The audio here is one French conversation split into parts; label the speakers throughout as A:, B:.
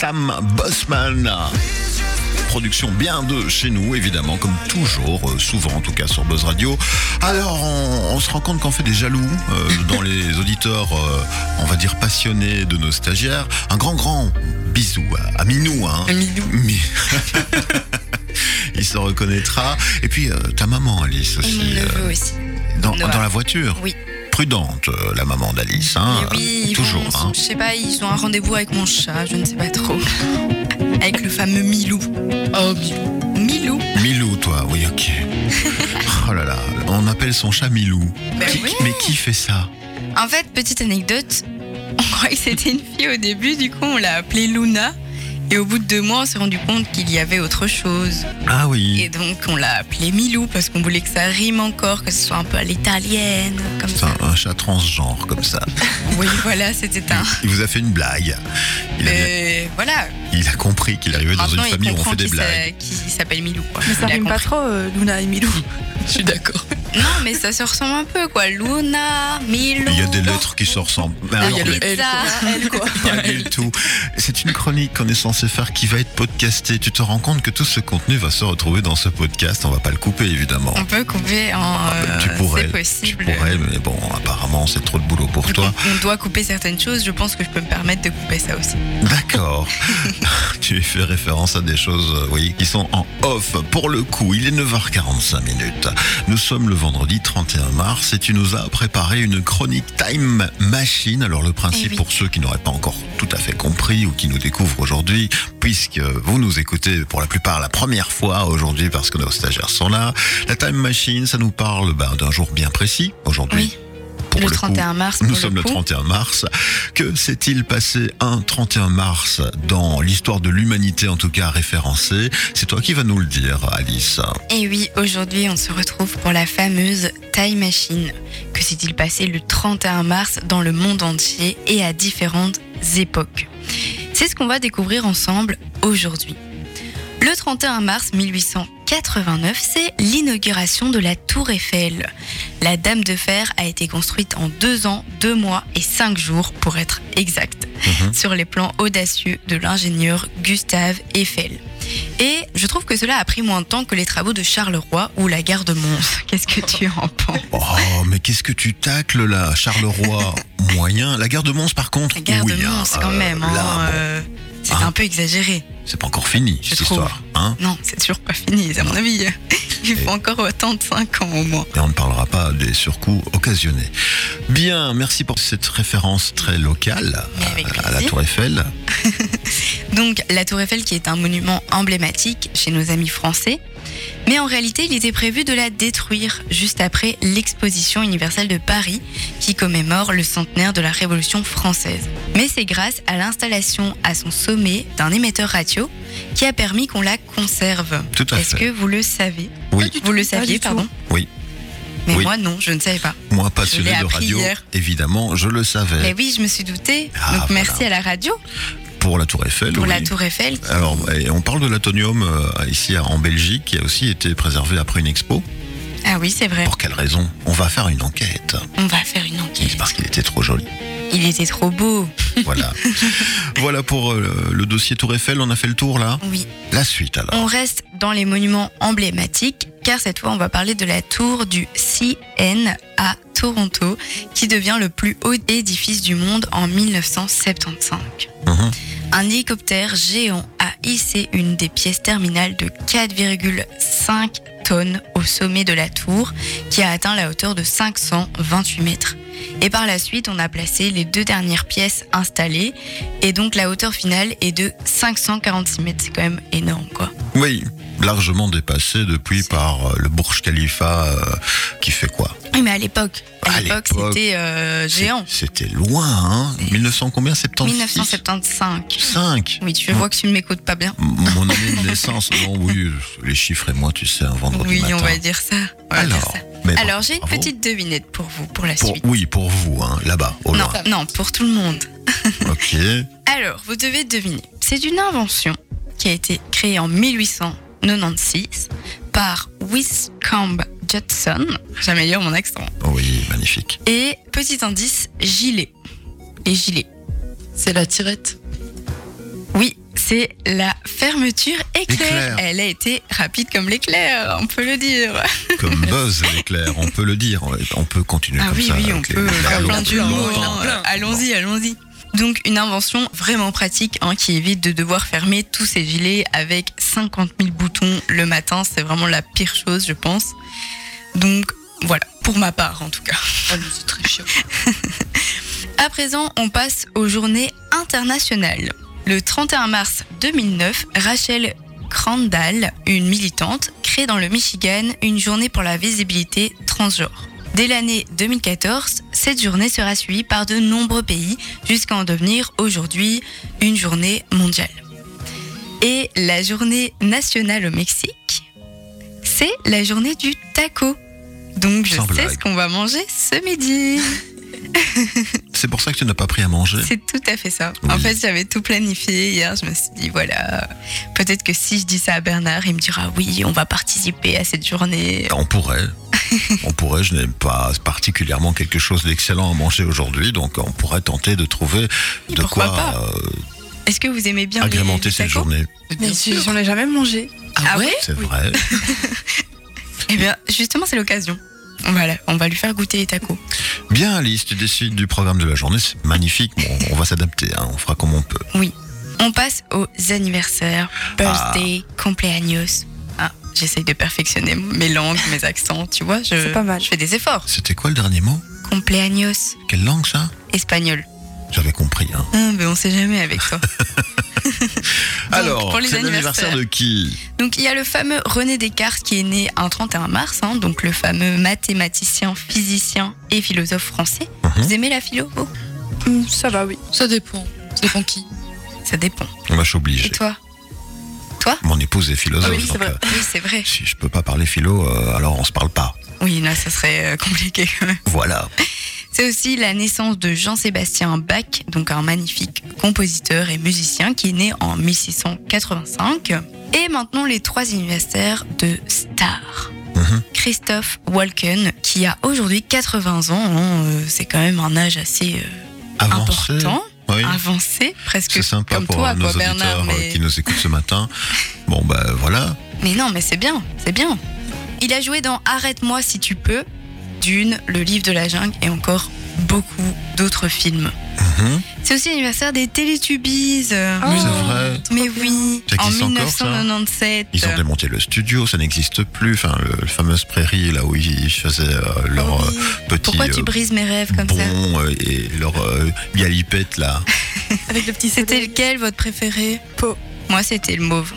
A: Sam Bossman. Production bien de chez nous, évidemment, comme toujours, euh, souvent en tout cas sur Buzz Radio. Alors, on, on se rend compte qu'on fait des jaloux euh, dans les auditeurs, euh, on va dire, passionnés de nos stagiaires. Un grand, grand bisou à, à Minou. Hein.
B: Minou.
A: Mi- Il se reconnaîtra. Et puis, euh, ta maman, Alice,
B: Et mon
A: aussi.
B: neveu
A: euh,
B: aussi.
A: dans,
B: Noah.
A: dans la voiture
B: Oui.
A: prudente, euh, la maman d'Alice. Hein,
B: Mais oui,
A: euh,
B: ils
A: toujours.
B: vont-
A: hein.
B: Je sais pas, ils ont un rendez-vous avec mon chat, je ne sais pas trop. Avec le fameux Milou. Oh, Milou. Milou
A: Milou, toi, oui, ok. oh là là, on appelle son chat Milou.
B: Bah
A: Qui-
B: ouais.
A: Mais qui fait ça
B: En fait, petite anecdote, on croyait que c'était une fille au début, du coup on l'a appelée Luna. Et au bout de deux mois, on s'est rendu compte qu'il y avait autre chose.
A: Ah oui.
B: Et donc on l'a appelée Milou parce qu'on voulait que ça rime encore, que ce soit un peu à l'italienne, comme
A: C'est
B: ça.
A: un, un chat transgenre comme ça.
B: Oui, voilà, c'était un.
A: Il vous a fait une blague. Il, a,
B: Ah. Mais voilà,
A: il a compris qu'il arrivait dans une
B: maintenant il
A: famille où on
B: comprend
A: fait des
B: qui
A: blagues.
B: s'a- qui s'appelle Milou. quoi.
C: Mais ça
B: Il a
C: rime pas
B: compris.
C: trop, euh, Luna et Milou.
B: Je suis d'accord. Non, mais ça se ressemble un peu, quoi. Luna, Milo.
A: Il y a des lettres qui se ressemblent. Mais
B: Ah,
A: alors,
B: il y a
A: mais
B: le L, quoi.
A: pas du tout. C'est une chronique qu'on est censé faire qui va être podcastée. Tu te rends compte que tout ce contenu va se retrouver dans ce podcast. On va pas le couper, évidemment.
B: On peut couper en. euh,
A: Ah bah, tu pourrais.
B: C'est
A: Tu
B: possible.
A: pourrais, mais bon, apparemment, c'est trop de boulot pour toi.
B: On doit couper certaines choses, je pense que je peux me permettre de couper ça aussi.
A: D'accord. tu fais référence à des choses euh, oui, qui sont en off. Pour le coup, il est 9h45 minutes. Nous sommes le vendredi 31 mars et tu nous as préparé une chronique Time Machine. Alors le principe
B: Eh oui.
A: pour ceux qui n'auraient pas encore tout à fait compris ou qui nous découvrent aujourd'hui, puisque vous nous écoutez pour la plupart la première fois aujourd'hui parce que nos stagiaires sont là, la Time Machine, ça nous parle ben, d'un jour bien précis aujourd'hui. Pour
B: le
A: coup.
B: 31 mars.
A: Nous
B: pour
A: sommes le
B: coup.
A: 31 mars. Que s'est-il passé un 31 mars dans l'histoire de l'humanité, en tout cas référencée C'est toi qui vas nous le dire, Alice.
B: Et oui, aujourd'hui, on se retrouve pour la fameuse Time Machine. Que s'est-il passé le 31 mars dans le monde entier et à différentes époques C'est ce qu'on va découvrir ensemble aujourd'hui. Le 31 mars 1889, c'est l'inauguration de la Tour Eiffel. La Dame de Fer a été construite en deux ans, deux mois et cinq jours, pour être exact,
A: Mhm.
B: sur les plans audacieux de l'ingénieur Gustave Eiffel. Et je trouve que cela a pris moins de temps que les travaux de Charleroi ou la gare de Mons. Qu'est-ce que tu en penses
A: Oh, mais qu'est-ce que tu tacles là Charleroi, moyen. La gare de Mons, par contre,
B: La gare
A: oui,
B: de
A: hein,
B: Mons, quand
A: euh,
B: même. hein,
A: là, bon,
B: euh, c'est
A: Hein
B: un peu exagéré.
A: c'est pas encore fini,
B: je
A: cette
B: trouve.
A: histoire. Hein
B: Non, c'est toujours pas fini, à mon avis. euh, Il
A: Et-
B: faut encore attendre 5 ans au moins.
A: et on ne parlera pas des surcoûts occasionnés. Bien, merci pour cette référence très locale euh,
B: Mais avec
A: à- à Ah, la
B: plaisir.
A: Tour Eiffel.
B: Donc la Tour Eiffel qui est un monument emblématique chez nos amis français, mais en réalité il était prévu de la détruire juste après l'exposition universelle de Paris qui commémore le centenaire de la Révolution française. Mais c'est grâce à l'installation à son sommet d'un émetteur radio qui a permis qu'on la conserve.
A: Tout à
B: Est-ce
A: fait.
B: que vous le savez
A: Oui.
B: Vous le saviez,
C: du tout.
B: pardon
A: Oui.
B: Mais
A: Oui. Euh.
B: moi non, je ne savais pas.
A: Moi, passionné
B: l'ai
A: de
B: appris
A: radio,
B: hier.
A: évidemment, je le savais.
B: Mais oui, je me suis doutée.
A: Ah,
B: Donc
A: voilà.
B: merci à la radio
A: Pour la Tour Eiffel,
B: pour
A: oui. Euh.
B: la Tour Eiffel. qui-
A: Alors, et on parle de l'atonium euh, ici en Belgique qui a aussi été préservé après une expo.
B: Ah oui, c'est vrai.
A: Pour quelle raison On va faire une enquête.
B: On va faire une enquête.
A: C'est parce qu'il était trop joli.
B: Il était trop beau.
A: Voilà. voilà pour euh, le dossier Tour Eiffel. On a fait le tour là.
B: Oui,
A: La suite alors.
B: on reste dans les monuments emblématiques, car cette fois, on va parler de la tour du CN à Toronto, qui devient le plus haut édifice du monde en 1975.
A: Mhm.
B: Un hélicoptère géant a hissé une des pièces terminales de 4,5 tonnes au sommet de la tour, qui a atteint la hauteur de 528 mètres. Et par la suite, on a placé les deux dernières pièces installées, et donc la hauteur finale est de 546 mètres. C'est quand même énorme, quoi.
A: Oui, largement dépassé depuis par euh, le Burj Khalifa euh, qui fait quoi
B: Oui, mais à l'époque,
A: À
B: à l'époque,
A: l'époque,
B: c'était euh, géant.
A: C'est- C'était loin, hein 1900 combien 76
B: 1975.
A: 5
B: Oui, tu vois que tu ne m'écoutes pas bien.
A: Mon année de naissance. Non, oui, les chiffres et moi, tu sais, un vendredi
B: Oui,
A: matin.
B: on va dire ça. On va dire
A: bah, Alors,
B: ça.
A: mais bon,
B: Alors, j'ai une
A: bravo.
B: petite devinette pour vous, pour la
A: Pour-
B: suite.
A: oui, pour vous, hein, là-bas, au
B: Non,
A: loin.
B: non, pour tout le monde.
A: Ok.
B: Alors, vous devez deviner. C'est une invention qui a été créée en 1896 par Wiscombe Judson. J'améliore mon accent.
A: Oui, Oh magnifique.
B: Et petit indice, gilet. Les gilets.
C: C'est la tirette.
B: Oui, c'est la fermeture éclair.
A: Éclair.
B: Elle a été rapide comme l'éclair, on peut le dire.
A: Comme Buzz, l'éclair, on peut le dire. On peut continuer
B: Ah
A: comme
B: oui,
A: ça.
B: oui, on
A: avec les-
B: peut
A: les
B: faire
A: ados,
B: plein
A: on
B: de
A: peut
B: mots,
A: longtemps.
B: non, euh, Allons-y, allons-y. Donc une invention vraiment pratique hein, qui évite de devoir fermer tous ses gilets avec 50 000 boutons le matin. C'est vraiment la pire chose, je pense. Donc voilà, pour ma part en tout cas.
C: Ah, mais c'est très chiant.
B: À présent, on passe aux journées internationales. Le 31 mars 2009, Rachel Crandall, une militante, crée dans le Michigan une journée pour la visibilité transgenre. Dès l'année 2014, cette journée sera suivie par de nombreux pays jusqu'à en devenir aujourd'hui une journée mondiale. Et la journée nationale au Mexique, c'est la journée du taco. Donc je
A: Sans
B: sais
A: blague.
B: ce qu'on va manger ce midi.
A: C'est pour ça que tu n'as pas pris à manger.
B: C'est tout à fait ça. En
A: Oui.
B: fait, j'avais tout planifié hier. Je me suis dit, voilà, peut-être que si je dis ça à Bernard, il me dira oui, on va participer à cette journée.
A: On pourrait. On pourrait, je n'aime pas particulièrement quelque chose d'excellent à manger aujourd'hui, donc on pourrait tenter de trouver
B: Oui,
A: de
B: pourquoi
A: quoi
B: pas
A: euh,
B: Est-ce que vous aimez bien les-
A: agrémenter
B: les
A: cette
B: tacos
A: journée.
C: Bien
D: Mais
C: sûr.
D: si- j'en ai jamais mangé.
B: Ah ouais
A: C'est vrai.
B: Eh bien, justement, c'est l'occasion. Voilà, on va lui faire goûter les tacos.
A: Bien Alice, tu décides du programme de la journée, c'est magnifique, Bon, on va s'adapter, hein, on fera comme on peut.
B: On passe aux anniversaires,
A: Ah.
B: birthday, cumpleaños. Ah, j'essaye de perfectionner mes langues, mes accents, tu vois. Je,
D: C'est pas mal.
B: Je fais des efforts.
A: C'était quoi le dernier mot
B: Cumpleaños,
A: Quelle langue ça
B: espagnol.
A: J'avais compris. Hein.
B: Ah, ben on sait jamais avec toi.
A: Alors,
B: pour les
A: c'est l'anniversaire
B: anniversaires.
A: de qui
B: Donc il y a le fameux René Descartes qui est né un 31 mars, hein, donc le fameux mathématicien, physicien et philosophe français.
A: Mhm.
B: Vous aimez la philo vous
D: Hum, ça va, oui.
C: Ça dépend. Ça dépend qui.
B: Ça dépend.
A: On va s'obliger.
B: Et toi
A: Mon épouse est philosophe,
D: Ah oui, c'est
A: donc
D: vrai.
A: euh,
B: Oui, c'est vrai.
A: si je peux pas parler philo, euh, alors on se parle pas.
B: Oui, là, ça serait euh, compliqué quand même.
A: Voilà.
B: Eh, C'est aussi la naissance de Jean-Sébastien Bach, donc un magnifique compositeur et musicien qui est né en 1685. Et maintenant les trois anniversaires de stars.
A: Mhm.
B: Christophe Walken, qui a aujourd'hui 80 ans, hein, euh, c'est quand même un âge assez euh,
A: Avancé.
B: important,
A: Oui.
B: avancé, presque
A: C'est sympa
B: comme
A: pour
B: toi,
A: nos
B: quoi,
A: auditeurs
B: Bernard.
A: euh,
B: Mais...
A: qui nous écoutent ce matin. Bon, ben voilà.
B: mais non, mais c'est bien, c'est bien. Il a joué dans Arrête-moi si tu peux, Dune, Le Livre de la Jungle et encore beaucoup d'autres films.
A: Mhm.
B: C'est aussi l'anniversaire des Teletubbies. euh,
D: Ah.
A: C'est vrai.
B: Mais oui,
A: Ça
B: en
A: existe encore,
B: 1997.
A: Ils ont démonté le studio, ça n'existe plus. Enfin, le, la fameuse prairie, là où ils faisaient euh, leur euh, petit.
B: Pourquoi tu
A: euh,
B: brises mes rêves comme ça
A: bon euh, et leur euh, galipette, là.
C: euh,
D: Avec le petit
B: C'était
D: soleil.
B: lequel votre préféré
D: Pau.
B: Moi, c'était le mauve.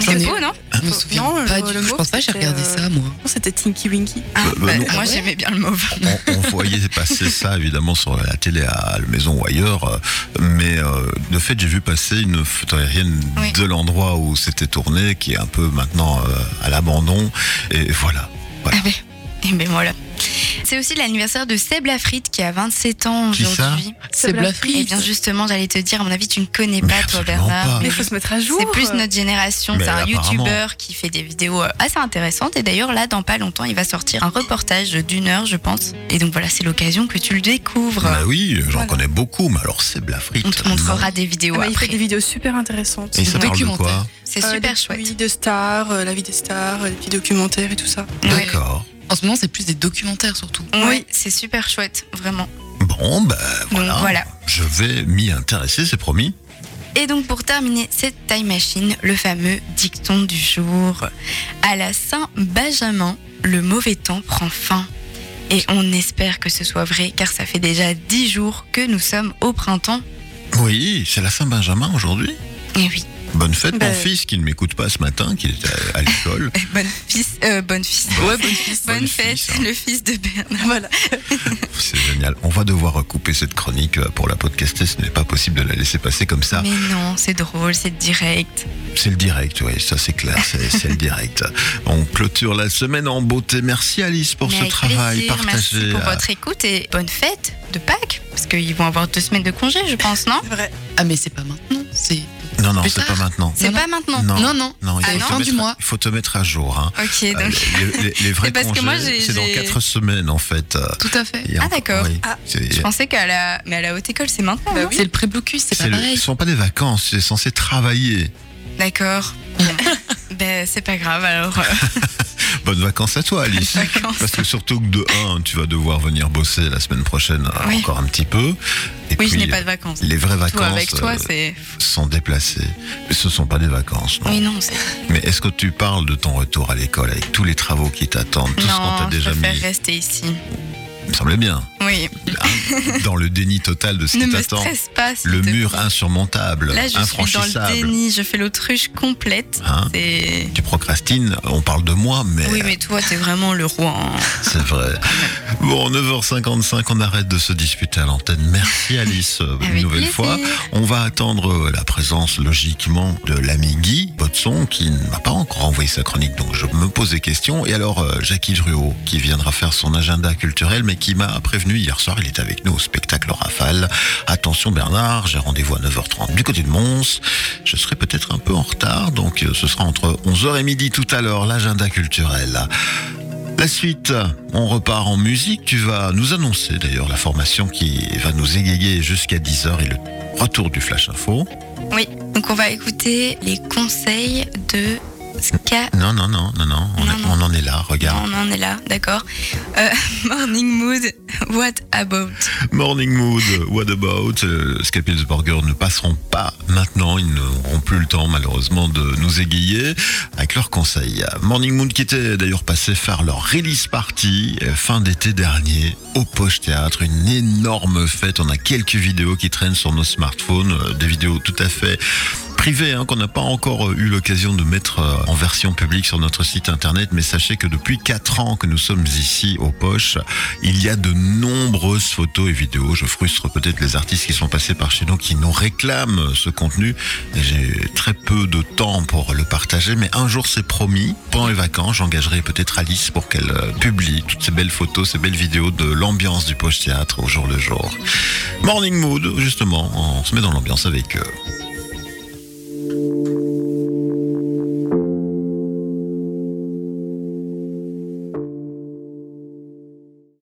C: J'en
B: C'est
C: ai-
B: beau, non
C: Ah, Je me
D: Non,
C: souviens
D: le-
C: pas
D: le
C: du tout. Je
D: mot,
C: pense pas que j'ai
D: c'était,
C: regardé
D: euh,
C: ça, moi.
D: Non, C'était Tinky Winky.
B: Ah,
A: bah,
B: bah,
A: non.
C: Ah
B: Moi,
C: ouais
B: j'aimais bien le mauve.
A: On, on voyait passer ça, évidemment, sur la télé à la maison ou ailleurs. euh, Mais euh, de fait, j'ai vu passer une photo aérienne
B: Oui.
A: de l'endroit où c'était tourné, qui est un peu maintenant euh, à l'abandon. Et voilà.
B: Ah ben, eh ben voilà. C'est aussi l'anniversaire de Seb Lafrite qui a 27 ans
A: Qui ça
B: aujourd'hui.
C: C'est
B: Et
C: Blafri.
B: Eh
C: Ah,
B: bien justement, j'allais te dire, à mon avis, tu ne connais
A: Mais
B: pas toi,
A: absolument
B: Bernard.
A: pas.
D: Mais il faut euh, se mettre à jour.
B: C'est plus notre génération.
A: Mais
B: C'est un
A: apparemment.
B: youtubeur qui fait des vidéos euh, assez intéressantes. Et d'ailleurs, là, dans pas longtemps, il va sortir un reportage d'une heure, je pense. Et donc voilà, c'est l'occasion que tu le découvres.
A: Bah oui, j'en
D: Voilà.
A: connais beaucoup, mais alors c'est Blafrit.
B: On te montrera des
D: Ah,
B: vidéos
D: mais il fait
B: après.
D: des vidéos super intéressantes.
A: Et ça parle de quoi
B: C'est
D: Euh,
B: super
D: des
B: chouette.
D: Oui, de stars, euh, la vie des stars, euh, des petits documentaires et tout ça.
B: Ouais.
A: D'accord.
C: En ce moment, c'est plus des documentaires surtout.
B: Ouais,
D: Oui.
B: c'est super chouette, vraiment.
A: Bon, ben voilà.
B: Donc voilà.
A: Je vais m'y intéresser, c'est promis.
B: Et donc pour terminer cette time machine, le fameux dicton du jour. À la Saint-Benjamin, le mauvais temps prend fin. Et on espère que ce soit vrai, car ça fait déjà 10 jours que nous sommes au printemps.
A: Oui, c'est la Saint-Benjamin aujourd'hui.
B: Et oui,
A: Bonne fête, mon
D: Ben-
A: fils, qui ne m'écoute pas ce matin, qui est à- à l'école.
B: bonne fils, euh, bonne fils.
C: Ouais, bonne fille.
B: Bonne,
A: Oh, Bonne
B: fête,
A: fille, ça.
B: le fils de Bernard.
D: Voilà.
A: C'est génial. On va devoir recouper cette chronique euh, pour la podcaster. Ce n'est pas possible de la laisser passer comme ça.
B: Mais non, c'est drôle, c'est direct.
A: C'est le direct, oui, ça c'est clair, c'est c'est le direct. On clôture la semaine en beauté. Merci Alice pour
B: Mais
A: ce
B: avec
A: travail
B: plaisir,
A: partagé. euh,
B: Merci pour
A: à-
B: votre écoute et bonne fête de Pâques, parce qu'ils vont avoir deux semaines de congé, je pense, non
D: C'est vrai.
C: Ah, mais c'est pas maintenant. C'est
A: Non, non,
C: Plus
A: c'est
C: tard
A: pas maintenant.
B: C'est
C: Non,
B: pas maintenant.
A: Non.
C: Non, non.
A: Non, il
C: À
A: faut,
C: la
A: te
C: fin
A: mettre,
C: du mois.
A: il faut te mettre à jour. hein.
B: Ok,
A: Euh,
B: donc.
A: les, les- les vrais
B: Mais parce que moi,
A: congés,
B: j'ai-
A: c'est dans
B: j'ai-
A: 4 semaines en fait. Euh,
C: Tout à fait.
A: il y a
B: Ah,
A: encore-
B: d'accord.
A: oui.
D: Ah,
A: C'est-
B: Je pensais qu'à la, mais à la haute école, c'est maintenant. non
C: C'est le pré-blocus, c'est
A: c'est
C: pas
A: le-
C: pareil.
A: Ce sont pas des vacances, c'est censé travailler.
B: D'accord. ben, c'est pas grave alors. euh,
A: Bonnes vacances à toi, Alice.
B: vacances.
A: Parce que surtout que de 1, tu vas devoir venir bosser la semaine prochaine euh,
B: Oui.
A: encore un petit peu. Et
B: Oui, je
A: puis,
B: n'ai pas de vacances.
A: les vraies
B: Tout
A: vacances
B: avec toi,
A: euh,
B: c'est.
A: sont déplacées. Mais ce sont pas des vacances, non.
B: Oui, non, c'est.
A: Mais est-ce que tu parles de ton retour à l'école avec tous les travaux qui t'attendent, tout ce qu'on t'a
B: Non, je
A: déjà mis
B: préfère rester ici.
A: Il me semblait bien.
B: Oui.
A: Hein, dans le déni total de ce
B: Ne
A: qui
B: me
A: t'attend.
B: stresse pas. s'il
A: Le
B: te
A: mur
B: plaît.
A: insurmontable,
B: Là, je suis dans le
A: infranchissable.
B: déni. Je fais l'autruche complète.
A: Hein
B: C'est.
A: tu procrastines, on parle de moi, mais,
B: Oui, mais toi, t'es vraiment le roi. hein.
A: c'est vrai. Bon, 9h55, on arrête de se disputer à l'antenne. Merci Alice, euh, une
B: Avec
A: nouvelle
B: plaisir.
A: fois. On va attendre euh, la présence, logiquement, de l'ami Guy Botson, qui ne m'a pas encore envoyé sa chronique, donc je me pose des questions. Et alors, euh, Jackie Druot, qui viendra faire son agenda culturel, mais qui m'a prévenu hier soir, il est avec nous au spectacle Rafale. Attention Bernard, j'ai rendez-vous à 9h30 du côté de Mons. Je serai peut-être un peu en retard, donc euh, ce sera entre 11h et midi tout à l'heure, l'agenda culturel. La suite, on repart en musique. Tu vas nous annoncer d'ailleurs la formation qui va nous égayer jusqu'à 10h et le retour du Flash Info.
B: Oui. Donc, on va écouter les conseils de Ska.
A: Non, non, non, non, non, on,
B: Non,
A: est-
B: non.
A: on en est là, regarde.
B: On en est là, d'accord. Euh, morning Mood, What About
A: Morning Mood, What About, euh, Skapilsborger ne passeront pas maintenant, ils n'auront plus le temps malheureusement de nous égayer avec leurs conseils. Morning Mood qui était d'ailleurs passé faire leur release party euh, fin d'été dernier au Poche Théâtre, une énorme fête, on a quelques vidéos qui traînent sur nos smartphones, euh, des vidéos tout à fait privées hein, qu'on n'a pas encore euh, eu l'occasion de mettre euh, en version publique sur notre site internet mais sachez que depuis 4 ans que nous sommes ici au Poche il y a de nombreuses photos et vidéos. Je frustre peut-être les artistes qui sont passés par chez nous, qui nous réclament ce contenu. Et J'ai très peu de temps pour le partager, mais un jour c'est promis. Pendant les vacances, j'engagerai peut-être Alice pour qu'elle euh, publie toutes ces belles photos, ces belles vidéos de l'ambiance du poche théâtre au jour le jour. Morning Mood, justement, on se met dans l'ambiance avec euh, eux.